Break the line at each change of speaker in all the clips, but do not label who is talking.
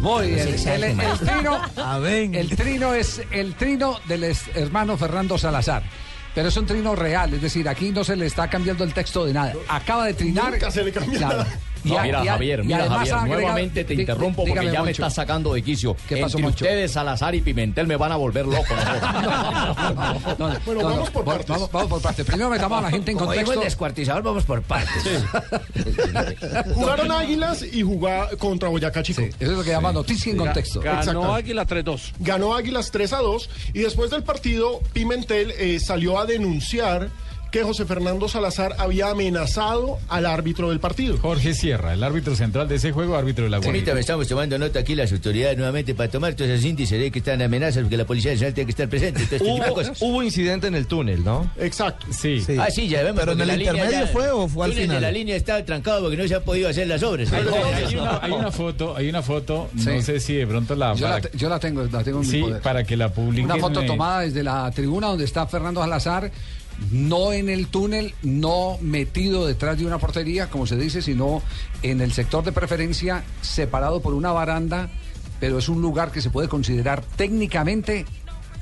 Voy, el, el- el trino,
A ver.
el trino es el trino del es- hermano Fernando Salazar. Pero es un trino real, es decir, aquí no se le está cambiando el texto de nada. Acaba de trinar.
Nunca se le cambia nada.
Y
No,
a-
mira,
y a-
Javier,
y
mira,
además
Javier,
ha agregado-
nuevamente te
Dí-
interrumpo
dí-
porque
dígame,
ya me
Moncho.
estás sacando de quicio.
¿Qué pasó,
Entre
Moncho?
ustedes, Salazar y Pimentel, me van a volver loco.
No, no,
Bueno,
no,
vamos
no,
por
va-
partes.
Vamos, vamos por partes. Primero metamos a la gente en
Como dijo
contexto.
el descuartizador, vamos por partes.
Jugaron Águilas y jugaba contra Boyacá Chico.
Sí, eso es lo que llama noticia en contexto.
Ganó
Exacto.
Águila 3-2.
Ganó Águilas 3 a 2 y después del partido Pimentel eh, salió a denunciar que José Fernando Salazar había amenazado al árbitro del partido.
Jorge Sierra, el árbitro central de ese juego, árbitro de la Guardia.
Permítame, estamos tomando nota aquí las autoridades nuevamente para tomar todos esos índices de que están amenazas porque la policía nacional tiene que estar presente. todo este tipo de cosas.
Hubo incidente en el túnel, ¿no?
Exacto.
Sí.
Ah, sí, ya vemos.
Pero en
porque
el
la línea
intermedio
ya-
fue o fue al
túnel
final?
de la línea está trancado porque no se han podido hacer las obras.
Hay, hay una, hay una foto, hay una foto,
Sí.
no sé si de pronto la...
Yo la,
para-
te- yo la tengo, la tengo en mi
sí,
poder.
para que la publiquen.
Una foto
eh,
tomada desde la tribuna donde está Fernando Salazar, no en el túnel, no metido detrás de una portería, como se dice, sino en el sector de preferencia, separado por una baranda, pero es un lugar que se puede considerar técnicamente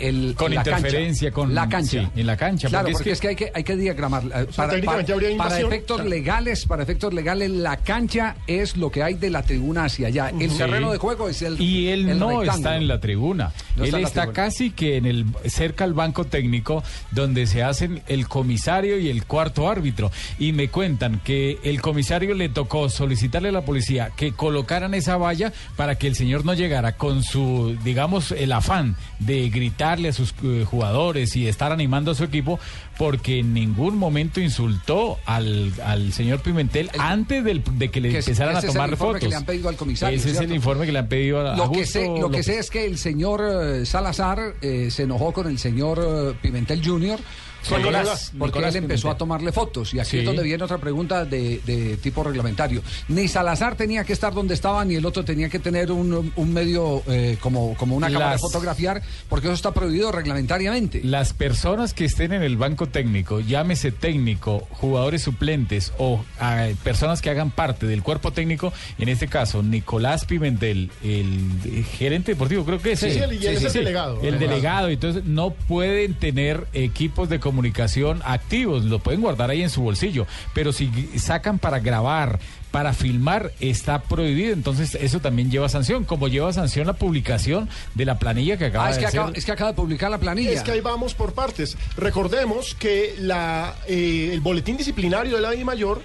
el
Con
la
interferencia,
cancha,
con-
la cancha.
sí, en la cancha,
Claro, porque,
porque es que-
es que, hay que hay que diagramar. eh, Para,
técnicamente
para-
habría
para
invasión.
efectos legales, para efectos legales, la cancha es lo que hay de la tribuna hacia allá. El
Sí.
terreno de juego es el
y él
el
no
rectángulo.
está en la tribuna.
No
él
está en la
está
tribuna.
casi que en el cerca al banco técnico donde se hacen el comisario y el cuarto árbitro y me cuentan que el comisario le tocó solicitarle a la policía que colocaran esa valla para que el señor no llegara con su digamos el afán de gritarle a sus eh, jugadores y estar animando a su equipo porque en ningún momento insultó al, al señor Pimentel antes del- de que le
que es-
empezaran a
ese es el
tomar
informe
fotos.
que le han pedido al comisario,
Ese es
¿cierto?
el informe que le han pedido a, a
Lo que,
Justo
sé, lo que
López.
sé es que el señor eh, Salazar eh, se enojó con el señor eh, Pimentel Jr.
Sí.
porque-
Nicolás,
porque
Nicolás
él empezó
Pimentel.
a tomarle fotos. Y aquí es
Sí.
donde viene otra pregunta de, de tipo reglamentario. Ni Salazar tenía que estar donde estaba, ni el otro tenía que tener un, un medio eh, como, como una cámara de
Las-
fotografiar, porque eso está prohibido reglamentariamente.
Las personas que estén en el banco técnico, llámese técnico, jugadores suplentes o ah, personas que hagan parte del cuerpo técnico, en este caso Nicolás Pimentel, el eh, gerente deportivo, creo que es
Sí, sí,
él.
el- es el delegado.
El delegado, entonces no pueden tener equipos de comunicación activos, lo pueden guardar ahí en su bolsillo, pero si sacan para grabar, para filmar, está prohibido, entonces eso también lleva sanción, como lleva sanción la publicación de la planilla que acaba
Ah, es
de
que,
hacer.
acaba, es que acaba de publicar la planilla.
Es que ahí vamos por partes. Recordemos que la, eh, el boletín disciplinario de la I Mayor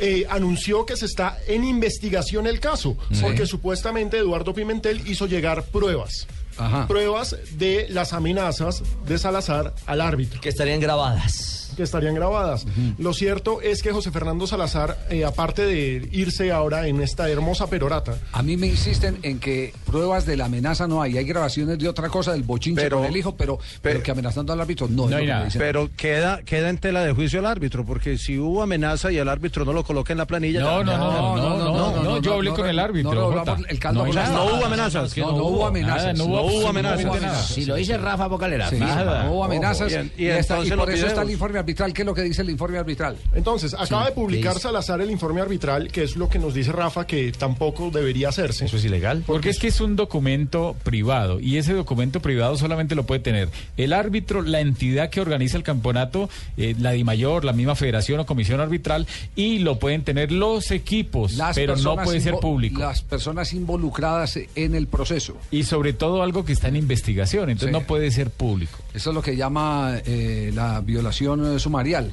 eh, anunció que se está en investigación el caso, porque supuestamente Eduardo Pimentel hizo llegar pruebas.
Ajá.
Pruebas de las amenazas de Salazar al árbitro,
Que estarían grabadas.
que estarían grabadas. Lo cierto es que José Fernando Salazar, eh, aparte de irse ahora en esta hermosa perorata,
A mí me insisten en que pruebas de la amenaza no hay. Hay grabaciones de otra cosa, del bochinche
Pero-
con el hijo, pero, pero,
pero-
que amenazando al árbitro no, es
No
lo
hay
que me
nada.
dicen.
Pero queda, queda en tela de juicio el árbitro, porque si hubo amenaza y el árbitro no lo coloca en la planilla.
No, no, no, no, no, no, no, yo hablé con el árbitro,
No,
Jota.
hablamos el caldo
No hay
con las
nada.
No
papas.
hubo amenazas.
No, no hubo
Nada,
amenazas.
no hubo,
hubo
absolutamente
amenazas.
nada.
Si lo dice Rafa Bocalera.
Sí,
nada.
No hubo amenazas.
y
Y,
en-
está-
y
y
entonces
por
los
eso está el
videos.
informe arbitral. ¿Qué es lo que dice el informe arbitral?
Entonces, acaba de publicar Salazar el informe arbitral, que es lo que nos dice Rafa que tampoco debería hacerse.
es ilegal.
Porque es que es un documento privado y ese documento privado solamente lo puede tener el árbitro, la entidad que organiza el campeonato, eh, la DIMAYOR, la misma federación o comisión arbitral y lo pueden tener los equipos,
Las
pero no
personas
puede ser
invo-
público.
Las personas involucradas en el proceso.
Y sobre todo algo que está en investigación, entonces
Sí.
no puede ser público.
Eso es lo que llama eh, la violación eh, sumarial.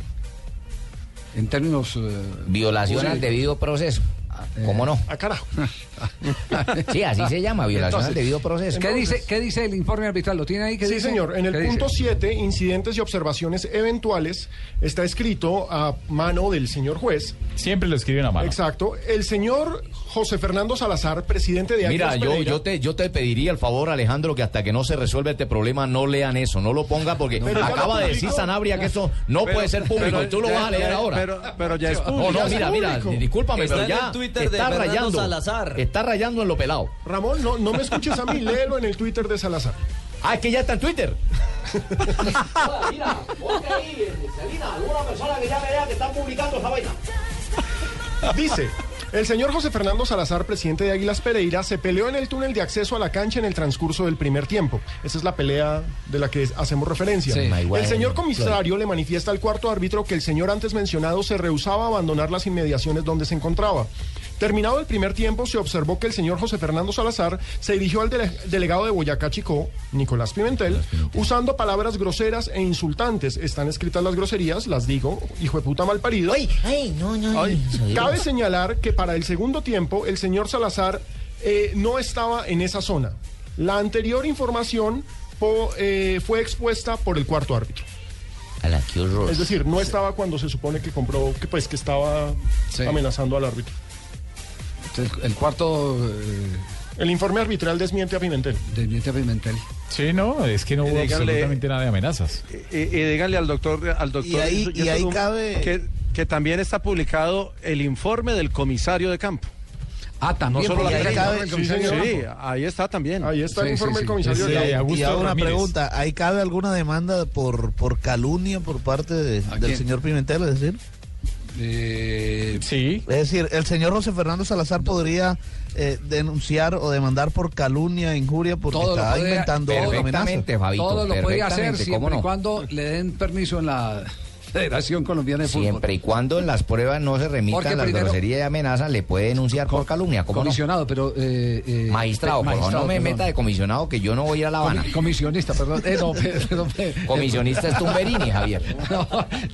En términos. eh,
Violación
Sí.
al debido proceso.
Ah, eh.
¿Cómo no?
A Ah, carajo.
Sí, así se llama, violación al debido proceso.
¿Qué dice, ¿Qué dice el informe arbitral? ¿Lo tiene ahí? ¿Qué
Sí,
dice?
señor. En
¿Qué
el
dice?
punto 7, incidentes y observaciones eventuales, está escrito a mano del señor juez.
Siempre lo escriben a mano.
Exacto. El señor José Fernando Salazar, presidente de
Mira,
Águilas
yo,
Pereira,
yo, te, yo te pediría el favor, Alejandro, que hasta que no se resuelva este problema no lean eso, no lo ponga porque
Pero ya lo
acaba de
publicó.
decir Sanabria que eso no puede ser público y tú lo vas a leer ahora.
Pero, pero ya es
Oh,
público.
no,
ya es
mira, mira,
público.
discúlpame,
Está
pero
en
ya
el Twitter de
está
Fernando
rayando,
Salazar.
está rayando en lo pelado.
Ramón, no, no me escuches a mí, léelo en el Twitter de Salazar.
Ah, es que ya está en Twitter.
Mira, ponte ahí, Selina, alguna persona que ya me vea que están publicando esa vaina.
Dice, El señor José Fernando Salazar, presidente de Águilas Pereira, se peleó en el túnel de acceso a la cancha en el transcurso del primer tiempo. Esa es la pelea de la que hacemos referencia.
Sí.
El señor comisario le manifiesta al cuarto árbitro que el señor antes mencionado se rehusaba a abandonar las inmediaciones donde se encontraba. Terminado el primer tiempo, se observó que el señor José Fernando Salazar se dirigió al dele- delegado de Boyacá Chicó, Nicolás Pimentel, usando palabras groseras e insultantes. Están escritas las groserías, las digo, hijo de puta malparido.
Ay, no, no.
Ay,
no.
Cabe señalar que para el segundo tiempo el señor Salazar eh, no estaba en esa zona. La anterior información po- eh, fue expuesta por el cuarto árbitro.
A la que Ah, horror.
Es decir, no estaba cuando se supone que comprobó que, pues, que estaba
Sí.
amenazando al árbitro.
El, el cuarto eh,
El informe arbitral desmiente a Pimentel.
de Miente Pimentel.
Sí, no, es que no hubo
Dígale-
absolutamente nada de amenazas.
Y, y díganle al doctor, al doctor
Y ahí- y ahí
Yatun
cabe-
que, que también está publicado el informe del comisario de campo.
Ah, también.
No solo
porque
la
era
que cabe-
el
sí,
comisario
señor.
de
Sí,
campo.
ahí está también.
Ahí está
Sí,
el
sí,
informe
sí.
del comisario.
Ese-
Yatun.
Eh, Augusto
y ahora una
Ramírez.
pregunta, ¿ahí cabe alguna demanda por, por calumnia por parte de-
¿A
del
quién?
señor Pimentel? Es decir,
Eh,
Sí,
es decir, el señor José Fernando Salazar podría eh, denunciar o demandar por calumnia, injuria, porque
Todo lo
está
podría-
inventando
todo lo
amenazas.
Perfectamente, Fabito.
todo lo puede hacer
perfectamente,
siempre
¿cómo
y
no?
cuando le den permiso en la Federación Colombiana de Fútbol.
Siempre y cuando en las pruebas no se
Porque
remitan las
primero-
groserías y amenazas, le puede denunciar por calumnia. ¿Cómo no?
Comisionado, pero... eh, eh,
Magistrado, por favor, no
magistrado,
me
perdón.
meta de comisionado que yo no voy a ir a La Habana.
Comi- Comisionista, perdón. Eh, no, perdón, perdón.
Comisionista es Tumberini, Javier.
No,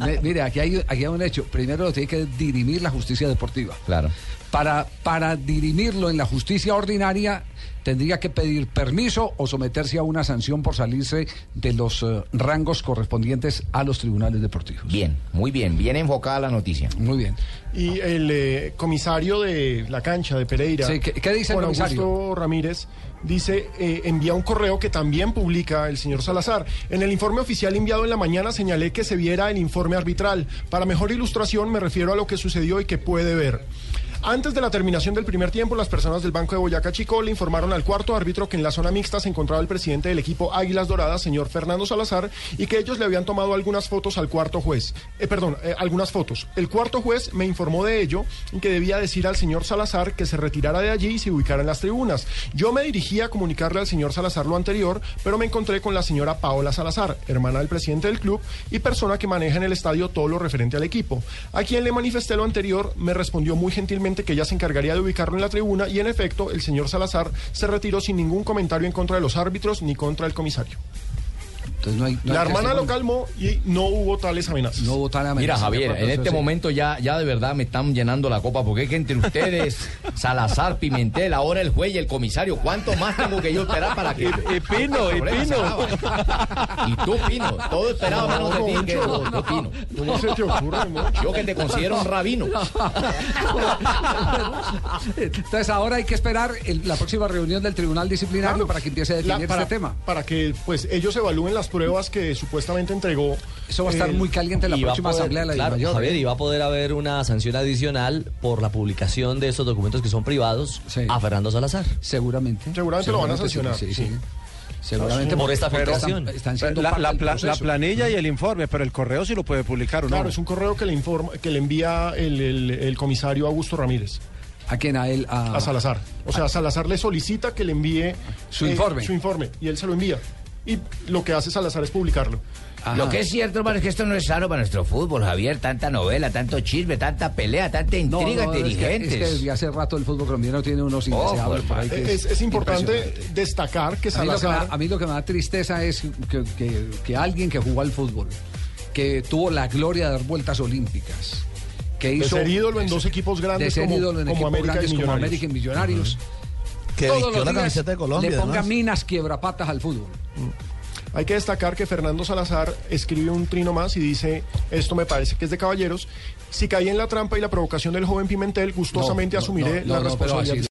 me- mire, aquí hay, aquí hay un hecho. Primero lo tiene que dirimir la justicia deportiva.
Claro.
Para, para dirimirlo en la justicia ordinaria, tendría que pedir permiso o someterse a una sanción por salirse de los eh, rangos correspondientes a los tribunales deportivos.
Bien, muy bien, bien enfocada la noticia.
Muy bien.
Y el eh, comisario de la cancha de Pereira,
Sí, ¿qué- qué dice el
Juan
comisario?
Augusto Ramírez, dice, eh, envía un correo que también publica el señor Salazar. En el informe oficial enviado en la mañana señalé que se viera el informe arbitral. Para mejor ilustración me refiero a lo que sucedió y que puede ver. Antes de la terminación del primer tiempo, las personas del Banco de Boyacá Chico le informaron al cuarto árbitro que en la zona mixta se encontraba el presidente del equipo Águilas Doradas, señor Fernando Salazar, y que ellos le habían tomado algunas fotos al cuarto juez. Eh, perdón, eh, algunas fotos. El cuarto juez me informó de ello y que debía decir al señor Salazar que se retirara de allí y se ubicara en las tribunas. Yo me dirigí a comunicarle al señor Salazar lo anterior, pero me encontré con la señora Paola Salazar, hermana del presidente del club y persona que maneja en el estadio todo lo referente al equipo. A quien le manifesté lo anterior, me respondió muy gentilmente que ella se encargaría de ubicarlo en la tribuna y en efecto el señor Salazar se retiró sin ningún comentario en contra de los árbitros ni contra el comisario.
Entonces no hay- no hay
La hermana lo
testimonio.
calmó y no hubo tales amenazas.
No votar a
Mira,
amenazas, de
Javier,
acuerdo,
en
eso
este
sí.
momento ya, ya de verdad me están llenando la copa, porque es que entre ustedes, Salazar, Pimentel, ahora el juez y el comisario, ¿cuánto más tengo que yo esperar para que...
Y- y Pino, y
el problema se
Pino.
acabe? Y tú, Pino, todo esperaba menos de ti que de- de Pino.
¿Cómo se te ocurre, no?
Yo que te considero un rabino.
Entonces ahora hay que esperar el- la próxima reunión del Tribunal Disciplinario
Claro.
para que empiece a
La-
definir
para,
este tema.
Para que pues ellos evalúen las pruebas que supuestamente entregó.
Eso va a estar
el-
muy caliente en la
Y va a
próxima
poder-
asamblea de la
claro,
Dimayor. ¿eh?
Javier, y va a poder haber una sanción adicional por la publicación de esos documentos que son privados
Sí.
a Fernando Salazar.
Seguramente.
Seguramente lo van a sancionar,
Sí,
sí.
sí. Seguramente
Por
porque-
esta
porque están-
filtración.
Están
Pero
siendo
La,
parte
la
del
pla- la
proceso.
planilla y el informe, pero el correo sí lo puede publicar o no.
Claro, es un correo que le informa, que le envía el, el- el comisario Augusto Ramírez
¿A quién? A él. A,
a Salazar. O sea, Salazar le solicita que le envíe
Ah.
eh,
Su informe.
Su informe. Y él se lo envía. Y lo que hace Salazar es publicarlo.
Ajá.
Lo que es cierto, hermano, es que esto no es sano para nuestro fútbol, Javier. Tanta novela, tanto chisme, tanta pelea, tanta
No, no,
intriga
no, es que-
dirigentes.
Es que, desde hace rato el fútbol colombiano tiene unos indeseables por ahí. que
Oh, pues, Eh, Es, es importante destacar que
A mí, lo que me da,
Salazar.
a mí lo que me da tristeza es que, que- que alguien que jugó al fútbol, que tuvo la gloria de dar vueltas olímpicas, que
De
hizo.
ser ídolo en dos equipos
de
grandes
ser
como,
ídolo en
como
equipos
América
grandes
y
como
Millonarios.
América y Millonarios.
Que
todos
vistió
los
la
días
camiseta de Colombia.
Le ponga
además.
minas quiebrapatas al fútbol.
Hay que destacar que Fernando Salazar escribe un trino más y dice, esto me parece que es de caballeros, si caí en la trampa y la provocación del joven Pimentel, gustosamente
No, no,
asumiré
no,
la
no, no, pero
responsabilidad.
así-